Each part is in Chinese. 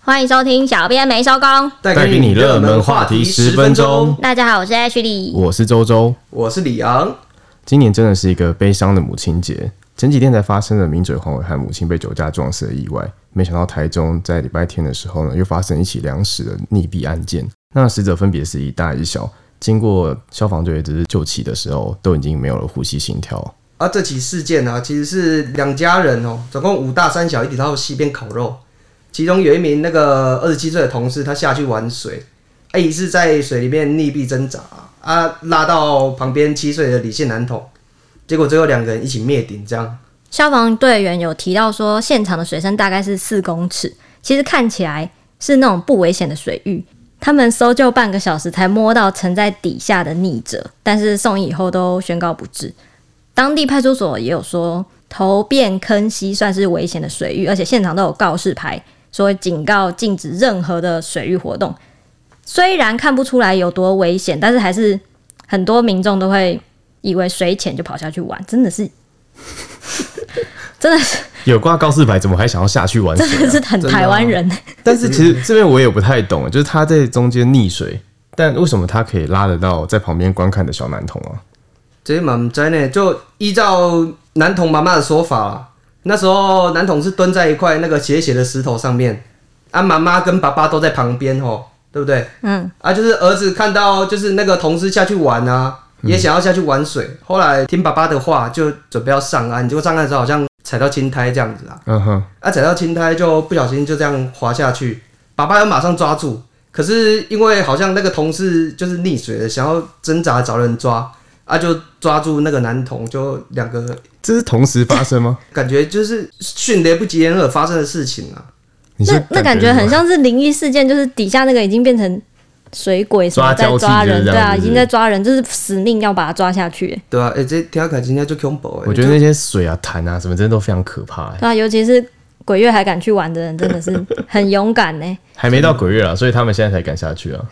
欢迎收听《小编没收工》。带带给你热门话题十分钟。大家好，我是 H 李。我是周周，我是李昂，今年真的是一个悲伤的母亲节。前几天才发生了名嘴黄伟汉母亲被酒驾撞死的意外，没想到台中在礼拜天的时候呢，又发生一起粮食的溺毙案件。那死者分别是一大一小，经过消防队只是救起的时候，都已经没有了呼吸心跳。啊，这起事件啊，其实是两家人哦，总共五大三小一起到溪边烤肉，其中有一名那个二十七岁的同事，他下去玩水，啊，疑似在水里面溺毙挣扎啊，拉到旁边七岁的李姓男童，结果最后两个人一起灭顶，这样消防队员有提到说，现场的水深大概是四公尺，其实看起来是那种不危险的水域。他们搜救半个小时才摸到沉在底下的溺者，但是送医以后都宣告不治。当地派出所也有说，头变坑溪算是危险的水域，而且现场都有告示牌说警告禁止任何的水域活动。虽然看不出来有多危险，但是还是很多民众都会以为水浅就跑下去玩，真的是，真的是，有挂告示牌，怎么还想要下去玩水、真的是很真的啊台湾人。 但是其实这边我也不太懂，就是他在中间溺水，但为什么他可以拉得到在旁边观看的小男童啊？这蛮在呢，就依照男童妈妈的说法啦，那时候男童是蹲在一块那个斜斜的石头上面，啊，妈妈跟爸爸都在旁边哦，对不对？嗯，啊，就是儿子看到就是那个同事下去玩啊，也想要下去玩水，后来听爸爸的话，就准备要上岸，结果上岸的时候好像踩到青苔这样子啊，嗯哼，啊，踩到青苔就不小心就这样滑下去，爸爸又马上抓住，可是因为好像那个同事就是溺水了，想要挣扎找人抓，啊，就抓住那个男童，就两个这是同时发生吗？感觉就是迅雷不及掩耳发生的事情啊，你是那那感觉是吗很像是灵异事件，就是底下那个已经变成水鬼什么抓在交替抓人，就是这对样啊，子已经在抓人，就是死命要把他抓下去，对啊，哎、这听起来今天就恐怖、欸，我觉得那些水啊、痰啊什么，真的都非常可怕、欸。对啊，尤其是鬼月还敢去玩的人，真的是很勇敢呢。 还没到鬼月啊，所以他们现在才敢下去啊。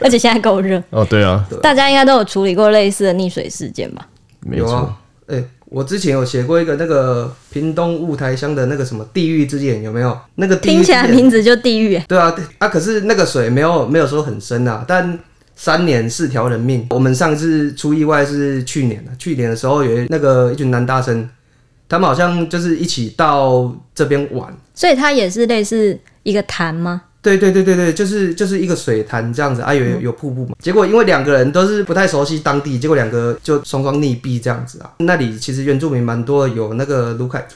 而且现在够热，哦，对啊，大家应该都有处理过类似的溺水事件吧？没有错啊，哎、我之前有写过一个那个屏东雾台乡的那个什么地狱之眼，有没有？那个啊地狱听之起来眼名字就地狱欸，对啊啊，可是那个水没有没有说很深啊，但三年四条人命。我们上次出意外是去年啊，去年的时候有那个一群男大生，他们好像就是一起到这边玩。所以它也是类似一个潭吗？对对对对对，就是就是一个水潭这样子啊，嗯有有有瀑布嘛。结果因为两个人都是不太熟悉当地，结果两个就双双溺毙这样子啊。那里其实原住民蛮多的，有那个卢凯族，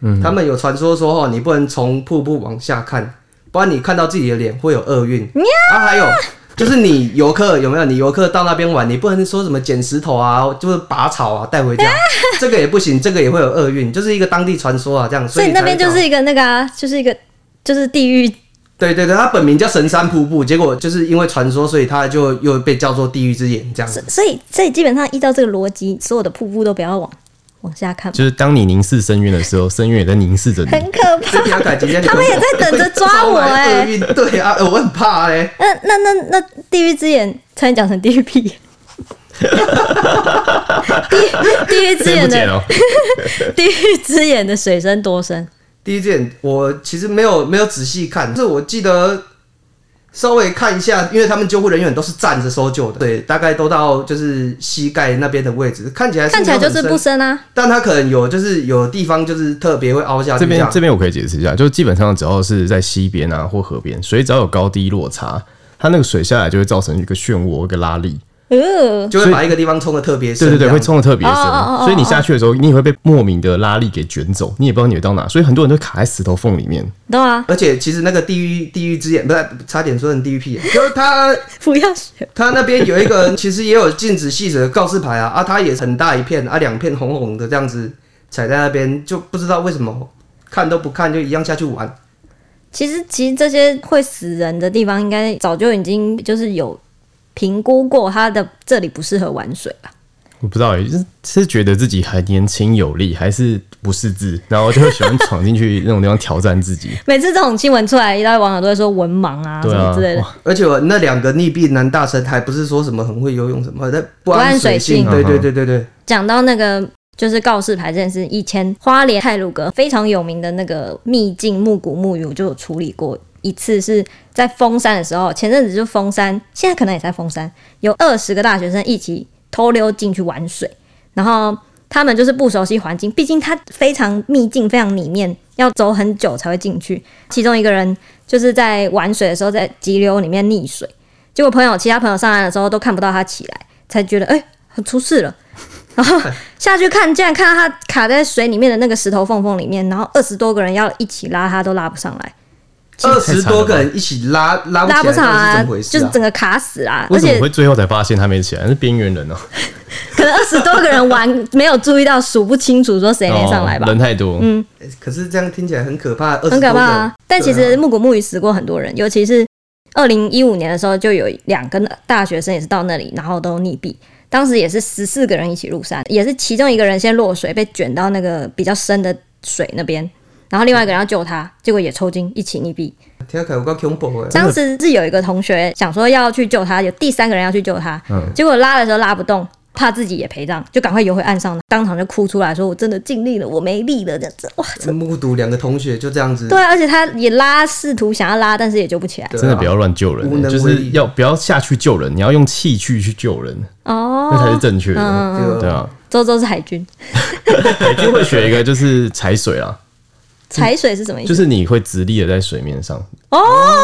嗯他们有传说说哦，你不能从瀑布往下看，不然你看到自己的脸会有厄运。啊，还有就是你游客有没有？你游客到那边玩，你不能说什么捡石头啊，就是拔草啊带回 家，这个也不行，这个也会有厄运，就是一个当地传说啊，这样。所以以那边才就会是一个那个啊，就是一个就是地狱，对对对，它本名叫神山瀑布，结果就是因为传说，所以它就又被叫做地狱之眼这 样所子。所以所以基本上依照这个逻辑，所有的瀑布都不要往往下看，就是当你凝视深渊的时候，深渊也在凝视着你。很可怕。这条改今天他们也在等着抓我哎、厄运对啊，呃我很怕哎、那那那那地狱之眼差点讲成地狱 屁眼，地地狱之这眼不剪的哦，地狱之眼的水深多深？第一件，我其实没有没有仔细看，但是我记得稍微看一下，因为他们救护人员都是站着搜救的，对，大概都到就是膝盖那边的位置，看起来是看起来就是没有不很深，深啊，但他可能有就是有地方就是特别会凹下去这边样这边我可以解释一下，就基本上只要是在溪边啊或河边，水只要有高低落差，它那个水下来就会造成一个漩涡、一个拉力。呃，就会把一个地方冲的特别深对这对样，对，会冲的特别深哦哦哦哦哦，所以你下去的时候，你也会被莫名的拉力给卷走，你也不知道你会到哪，所以很多人都卡在石头缝里面。懂啊，而且其实那个地狱地狱之眼，不是差点说成地狱屁眼， 就是他不要学。他那边有一个其实也有禁止戏水的告示牌啊，啊，它也很大一片啊，两片红红的这样子踩在那边，就不知道为什么看都不看就一样下去玩。其实其实这些会死人的地方，应该早就已经就是有评估过它的这里不适合玩水吧？我不知道欸，就是是觉得自己还年轻有力，还是不识字，然后就会喜欢闯进去那种地方挑战自 己。每次这种新闻出来，一大堆网友都会说文盲啊对什啊么之类的。哇而且我那两个溺毙男大神还不是说什么很会游泳什么的，不不安安水性。性对嗯哼对对对对，讲到那个就是告示牌这件事，以前花莲泰鲁阁非常有名的那个秘境木古木语，我就有处理过一次是在峰山的时候，前阵子就峰山，现在可能也在峰山，有二十个大学生一起偷溜进去玩水，然后他们就是不熟悉环境，毕竟它非常秘境，非常里面，要走很久才会进去。其中一个人就是在玩水的时候在急流里面溺水，结果朋友其他朋友上岸的时候都看不到他起来，才觉得哎、很出事了。然后下去看，竟然看到他卡在水里面的那个石头缝缝里面，然后二十多个人要一起拉他，都拉不上来，二十多个人一起拉拉拉不不起上来，这是来怎么回，事就是啊？整个卡死啦。为而什么且会最后才发现他没起来？是边缘人哦， 可能二十多个人玩，没有注意到，数不清楚说谁没上来吧哦，人太多，嗯，欸可是这样听起来很可怕，二很十多可怕个人啊。但其对实木古木语死过很多人，尤其是二零一五年的时候，就有两个大学生也是到那里，然后都溺毙。当时也是十四个人一起入山，也是其中一个人先落水，被卷到那个比较深的水那边，然后另外一个人要救他，结果也抽筋，一起溺毙。啊听起来有够恐怖的。当时是有一个同学想说要去救他，有第三个人要去救他，嗯结果拉的时候拉不动，怕自己也陪葬，就赶快游回岸上，当场就哭出来说：“我真的尽力了，我没力了。”这样子，哇，目睹两个同学就这样子，对啊，而且他也拉，试图想要拉，但是也救不起来。对啊真的不要乱救人无能欸，为力就是要不要下去救人，你要用气去去救人，那才是哦，正确的，对对啊。周周是海军，海军会学一个就是踩 水啊，踩水是什么意思？就是你会直立的在水面上，哦，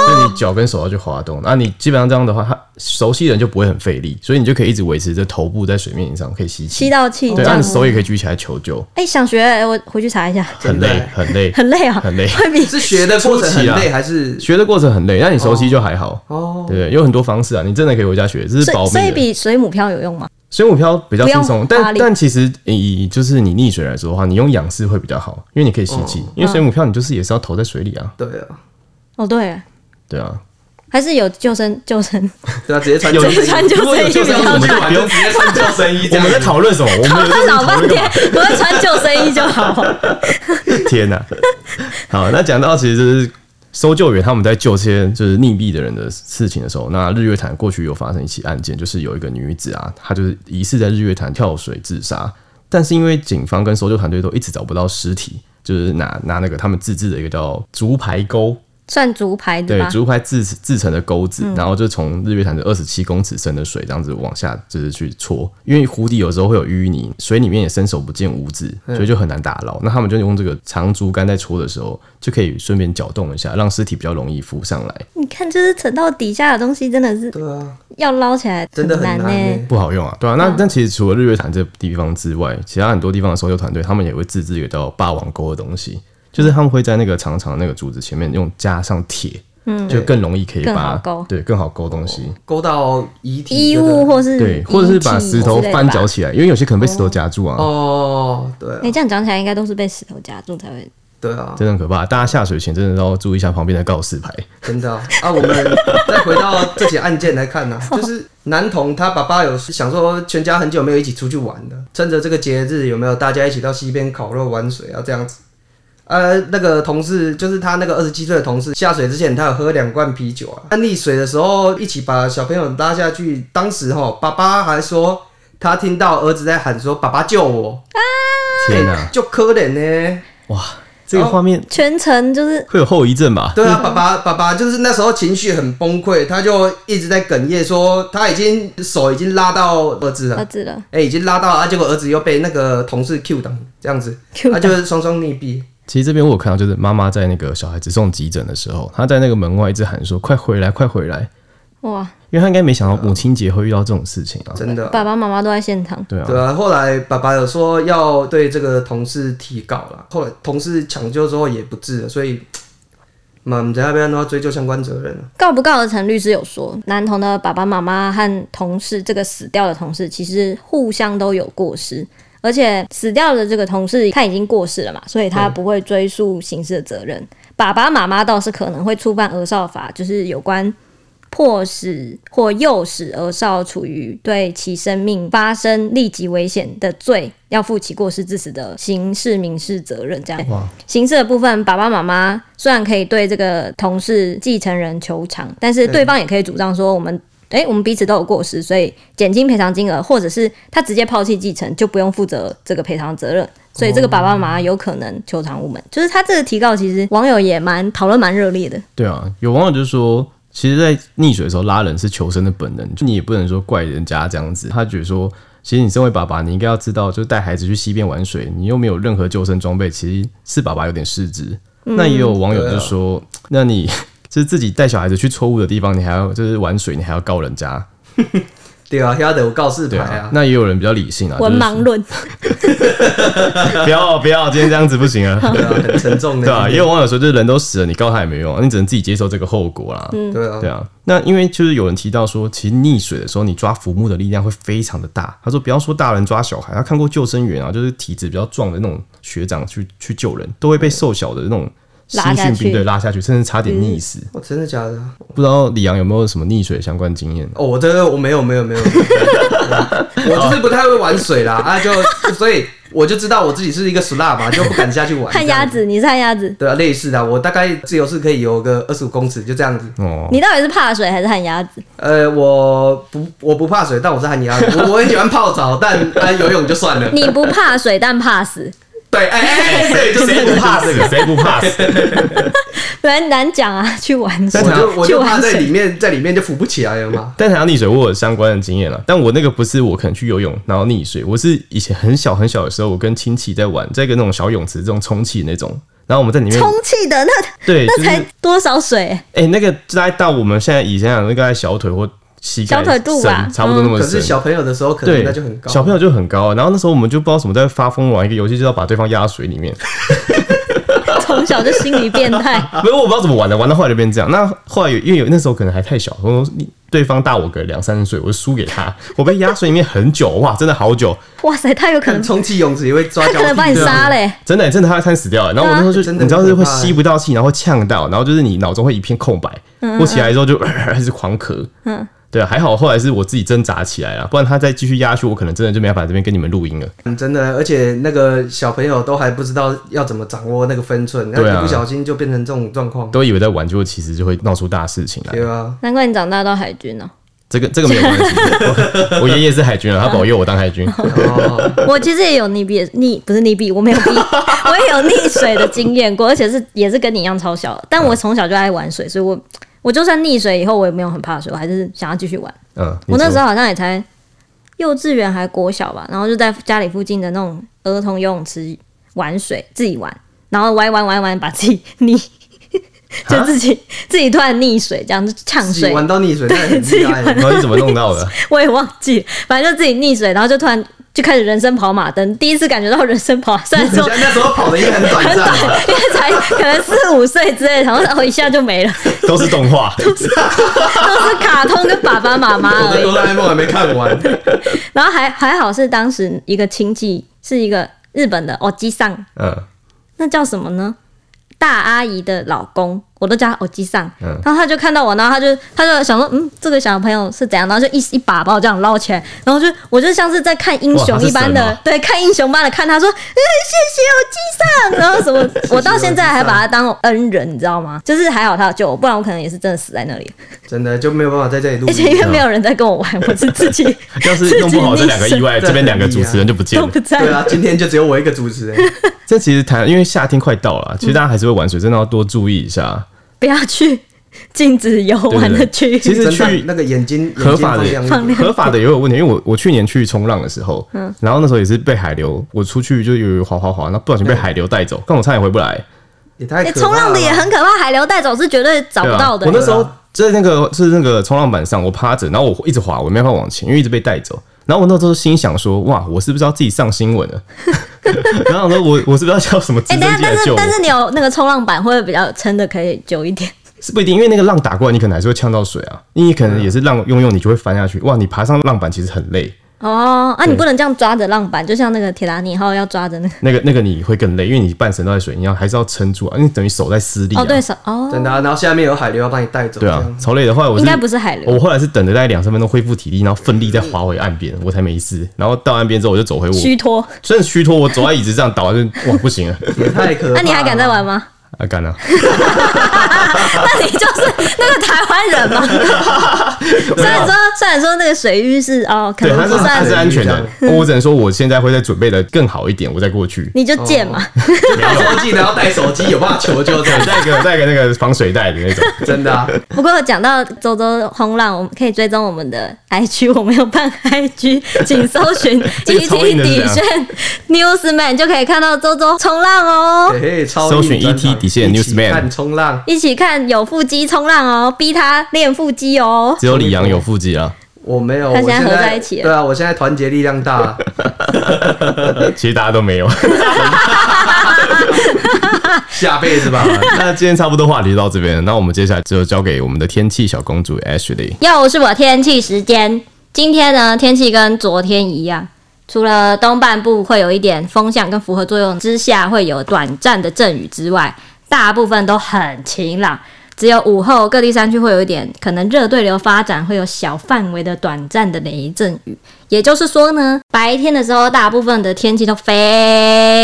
就你脚跟手要去滑动，那你基本上这样的话，他熟悉的人就不会很费力，所以你就可以一直维持着头部在水面上可以吸吸气，到气这对，那样你子。手也可以举起来求救，哎，想学，哎我回去查一下，很真的累，很累，很累啊，很累会比是学的过程很初期累啊还是？学的过程很累，但你熟悉就还好，哦，对不对？有很多方式啊，你真的可以回家学，这是所保以所以命的。比水母漂有用吗？水母漂比较轻松，不用发但力但其实以就是你溺水来说的话，你用仰视会比较好，因为你可以吸气，因为水母漂你就是也是要投在水里啊，对啊，哦，对，对啊，还是有救生救生对啊，直接穿有救直接生穿衣，救如果生有衣救比生较衣我们就快。不用直接穿救生衣这 我样子们在讨论什么？我们 有他在老讨半论干天嘛？，我会穿救生衣就好。 天呐、好，那讲到其实就是搜救员他们在救这些就是溺毙的人的事情的时候，那日月潭过去有发生一起案件，就是有一个女子啊，她就是疑似在日月潭跳水自杀，但是因为警方跟搜救团队都一直找不到尸体。就是拿拿那个他们自制的一个叫竹排钩，算竹排对对，吧？竹排制制成的钩子，然后就从日月潭的二十七公尺深的水这样子往下，就是去搓，因为湖底有时候会有淤泥，水里面也伸手不见五指，所以就很难打捞。那他们就用这个长竹竿在搓的时候，就可以顺便搅动一下，让尸体比较容易浮上来。你看，就是沉到底下的东西，真的是对啊，要捞起来真的很难难呢、欸不好用啊，对啊。那但其实除了日月潭这地方之外，其他很多地方的搜救团队，他们也会自制一个叫霸王钩的东西，就是他们会在那个长长的那个竹子前面用加上铁。嗯，就更容易可以更好把勾对更好勾东西，勾到遗体衣觉得物或是对，或者是把石头翻搅起起来，因为有些可能被石头夹住啊，哦，对来。你、啊，这样讲起来，应该都是被石头夹住才会。对啊，真的很可怕。大家下水前真的要注意一下旁边的告示牌。真的啊，啊我们再回到这起案件来看呢、就是男童他爸爸有想说，全家很久没有一起出去玩了，趁着这个节日有没有大家一起到溪边烤肉玩水啊这样子。呃，那个同事就是他那个二十七岁的同事，下水之前他有喝两罐啤酒啊。他溺水的时候，一起把小朋友拉下去。当时哈，爸爸还说他听到儿子在喊说“爸爸救我天哪、”， 就可怜呢。这个画面全程就是会有后遗症吧？ 对啊，爸爸爸爸就是那时候情绪很崩溃，他就一直在哽咽说他已经手已经拉到儿子儿了，子了，哎、已经拉到了，啊，结果儿子又被那个同事 Q 档这样子， Q 他、档就是双双溺毙。其实这边我有看到，就是妈妈在那个小孩子送急诊的时候，她在那个门外一直喊说：“快回来，快回来哇！！”因为她应该没想到母亲节会遇到这种事情啊。真的啊爸爸妈妈都在现场，对啊，对啊，后来爸爸有说要对这个同事提告了，后来同事抢救之后也不治了，所以，嘛，我们在那边都要追究相关责任了。告不告得成？律师有说，男童的爸爸妈妈和同事，这个死掉的同事其实互相都有过失，而且死掉的这个同事他已经过世了嘛，所以他不会追溯刑事的责任。爸爸妈妈倒是可能会触犯儿少法，就是有关迫使或诱使儿少处于对其生命发生立即危险的罪，要负起过失致死的刑事民事责任。这样，刑事的部分，爸爸妈妈虽然可以对这个同事继承人求偿，但是对方也可以主张说我们。诶，我们彼此都有过失，所以减轻赔偿金额，或者是他直接抛弃继承，就不用负责这个赔偿责任。所以这个爸爸妈妈有可能求偿无门。就是他这个提告，其实网友也蛮讨论蛮热烈的。对啊，有网友就说，其实，在溺水的时候拉人是求生的本能，就你也不能说怪人家这样子。他觉得说，其实你身为爸爸，你应该要知道，就是带孩子去溪边玩水，你又没有任何救生装备，其实是爸爸有点失职。嗯那也有网友就说，那你就是自己带小孩子去错误的地方，你还要就是玩水，你还要告人家，对啊，要得有告示牌对啊啊。。那也有人比较理性啊，文盲论，就是说不要不要，今天这样子不行 啊。对啊，很沉重的。对啊，也有网友说，就是人都死了，你告他也没用啊，你只能自己接受这个后果啦。对啊，嗯对啊，那因为就是有人提到说，其实溺水的时候，你抓浮木的力量会非常的大。他说，不要说大人抓小孩，他看过救生员啊，就是体质比较壮的那种学长去去救人，都会被瘦小的那种新拉下训兵去队拉下去，甚至差点溺死。哦，真的假的啊？不知道李阳有没有什么溺水相关经验？哦，我这个我没有没 有没有，我就是不太会玩水啦啊，就所以我就知道我自己是一个 slab 嘛，就不敢下去玩。旱鸭这样，子，你是旱鸭子，对啊，类似的啊，我大概自由式可以有个二十五公尺，就这样子。哦，你到底是怕水还是旱鸭子？呃，我不我不怕水，但我是旱鸭子，我我很喜欢泡澡，但 啊游泳就算了。你不怕水，但怕死，对，哎哎 哎，对，就是不怕水。个？ 谁不怕死？蛮难讲啊，去玩水我 就，我去就怕玩在水里。面，在里面就浮不起来了嘛。但谈到溺水，我有相关的经验啊了。但我那个不是我可能去游泳然后溺水，我是以前很小很小的时候，我跟亲戚在玩，在一个那种小泳池，这种充气那种，然后我们在里面充气的那对，就那是才多少水？哎、那个大概到我们现在以前讲那个小腿或膝盖小腿肚吧深差不多那么嗯可是深。小朋友的时候，可能对，那就很高。小朋友就很高啊、然后那时候我们就不知道什么在发疯玩一个游戏，就要把对方压水 里面。 从小就心理变态，没有，我不知道怎么玩的，玩到后来就变这样。那后来有因为有那时候可能还太小，我说你对方大我个两三岁，我就输给他，我被压水里面很久，哇，真的好久，哇塞，他有可能看，充气泳池也会抓他交替，可能把你对啊杀嘞、真的、真的他差点死掉了。啊然后我那时候就、真的你知道是很会可怕欸吸不到气，然后会呛到，然后就是你脑中会一片空白。我起来之后就开始狂咳，嗯嗯，对啊，还好后来是我自己挣扎起来了，不然他再继续压下去，我可能真的就没办法这边跟你们录音了。嗯，真的，而且那个小朋友都还不知道要怎么掌握那个分寸，然对啊后一不小心就变成这种状况，都以为在玩，结果其实就会闹出大事情来对。啊吧？难怪你长大到海军哦呢、这个这个没有关系，我我 爷爷是海军啊，他保佑我当海军。 哦，我其实也有溺毙，溺不是溺毙，我没有毙， 我也有溺水的经验过，而且是也是跟你一样超小的。但我从小就爱玩水，所以我我就算溺水以后，我也没有很怕水，我还是想要继续玩。嗯，我那时候候好像也才幼稚园还国小吧，然后就在家里附近的那种儿童游泳池玩水，自己玩，然后玩一玩玩一玩，把自己溺， 就自己自己突然溺水，这样就呛啊自己水，玩到溺水，那很自己厉害啊玩耶。然后你怎么弄 到的？我也忘记，反正就自己溺水，然后就突然就开始人生跑马灯，第一次感觉到人生 跑，虽然你说像那时候跑的也很短暂啊嘛，因为才可能四五岁之类的，然后然后一下就没了，都是 动画，都是卡通跟爸爸妈妈 我而的哆已。啦 A 梦还没 看完，然后还还好是当时一个亲戚是一个日本的哦基上，嗯，那叫什么呢？大阿姨的老公，我都叫他欧基上。嗯然后他就看到我，然后他就他就想说，嗯，这个小朋友是怎样？然后就一一把把我这样捞起来，然后就我就像是在看英雄一般哇他是神的哦，对，看英雄般的看他说，嗯，谢谢欧基上，然后什 么，我到现在还把他当恩人，你知道吗？就是还好他有救我，不然我可能也是真的死在那里。真的就没有办法在这里录而音。且因为没有人在跟我玩，我是自 己要是弄不好这两 个意外，自己溺水这边两个主持人就不见都了不。在。对啊，今天就只有我一个主持人， 这其实谈，因为夏天快到了，嗯其实大家还是会玩水，真的要多注意一下。不要去禁止游玩的区域。其实真的去那个眼睛合法的眼睛放亮一点 合法的也有问题，因为我我去年去冲浪的时候，嗯然后那时候也是被海流，我出去就有滑滑滑，然后不小心被海流带嗯走，但我差点回不来，也太你可怕冲浪的了也吧很可怕，海流带走是绝对找对不啊到的我。那时候对啊在那个是那个冲浪板上，我趴着，然后我一直滑，我没办法往前，因为一直被带走。然后我那时候心想说，哇，我是不是要自己上新闻了？ 然后我说我我是不是要叫什么直哎、升等一下，机来但是救我？但是你有那个冲浪板，会不会比较撑的可以久一点？是不一定，因为那个浪打过来，你可能还是会呛到水啊，因为你可能也是浪用用，你就会翻下去。哇，你爬上浪板其实很累， 哦，啊，你对不能这样抓着浪板，就像那个铁达尼号要抓着那个。那个那个你会更累，因为你半身都在水，你要还是要撑住啊，因为等于手在施力啊。哦，对手，哦，真的啊，然后下面有海流要把你带走，对这啊样，超累的。后来我应该不是海流我后来是等了大概两三分钟恢复体力，然后奋力再滑回岸边，我才没事。然后到岸边之后我就走回我虚脱。真的虚脱，我走在椅子上倒，就哇不行了。 也太可怕了。那、你还敢再玩吗？ 啊干啊，那你就是那个台湾人 嘛。虽然说，虽然说那个水域是哦，可对，能它不是它算是是，安全的。我只能说，我现在会再准备的更好一点，我再过去。你就贱嘛。我记得要带手机，有办法求救 这对，样，啊带一个带一个那个防水袋的那种。真的啊。哦不过讲到周周轰浪，我们可以追踪我们的 IG，我们有办 IG，请搜寻 这个 GT 超硬的是啊底怎样线 Newsman 就可以看到周周冲浪哦，嘿嘿，超搜寻硬专 ET 场底线一起 Newsman 看冲浪，一起看有腹肌冲浪哦，逼他练腹肌哦。只有李阳有腹肌 啊，我没有，我他现现在合在一起了对啊，我现在团结力量 大，其实大家都没有。下辈子吧。那今天差不多话题就到这边了，那我们接下来就交给我们的天气小公主 Ashley。又是我天气时间。今天呢，天气跟昨天一样，除了东半部会有一点风向跟符合作用之下会有短暂的阵雨之外，大部分都很晴朗。只有午后各地山区会有一点可能热对流发展，会有小范围的短暂的雷阵雨。也就是说呢，白天的时候大部分的天气都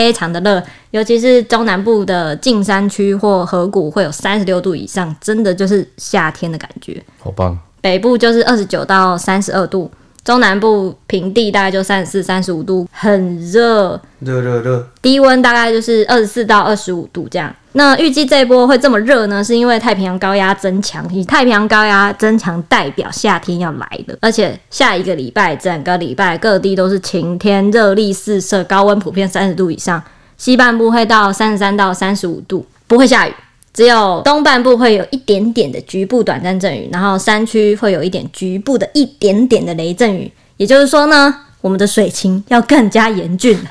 非常的热，尤其是中南部的近山区或河谷会有三十六度以上，真的就是夏天的感觉。好棒，北部就是二十九到三十二度，中南部平地大概就三十四、三十五度，很热。热热热，低温大概就是二十四到二十五度这样。那预计这一波会这么热呢，是因为太平洋高压增强，以太平洋高压增强代表夏天要来了，而且下一个礼拜整个礼拜各地都是晴天，热力四射，高温普遍三十度以上，西半部会到三十三到三十五度，不会下雨。只有东半部会有一点点的局部短暂阵雨，然后山区会有一点局部的一点点的雷阵雨。也就是说呢，我们的水情要更加严峻了。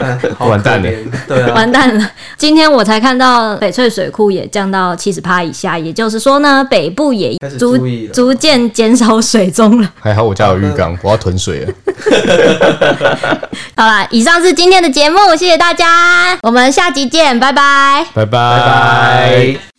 哎好完蛋可了怜对 啊，完蛋了！今天我才看到翡翠水库也降到七十趴以下，也就是说呢，北部也开始逐注意了逐渐减少水中了。还好我家有浴缸，我要囤水了。好啦，以上是今天的节目，谢谢大家，我们下集见，拜拜。拜拜拜拜。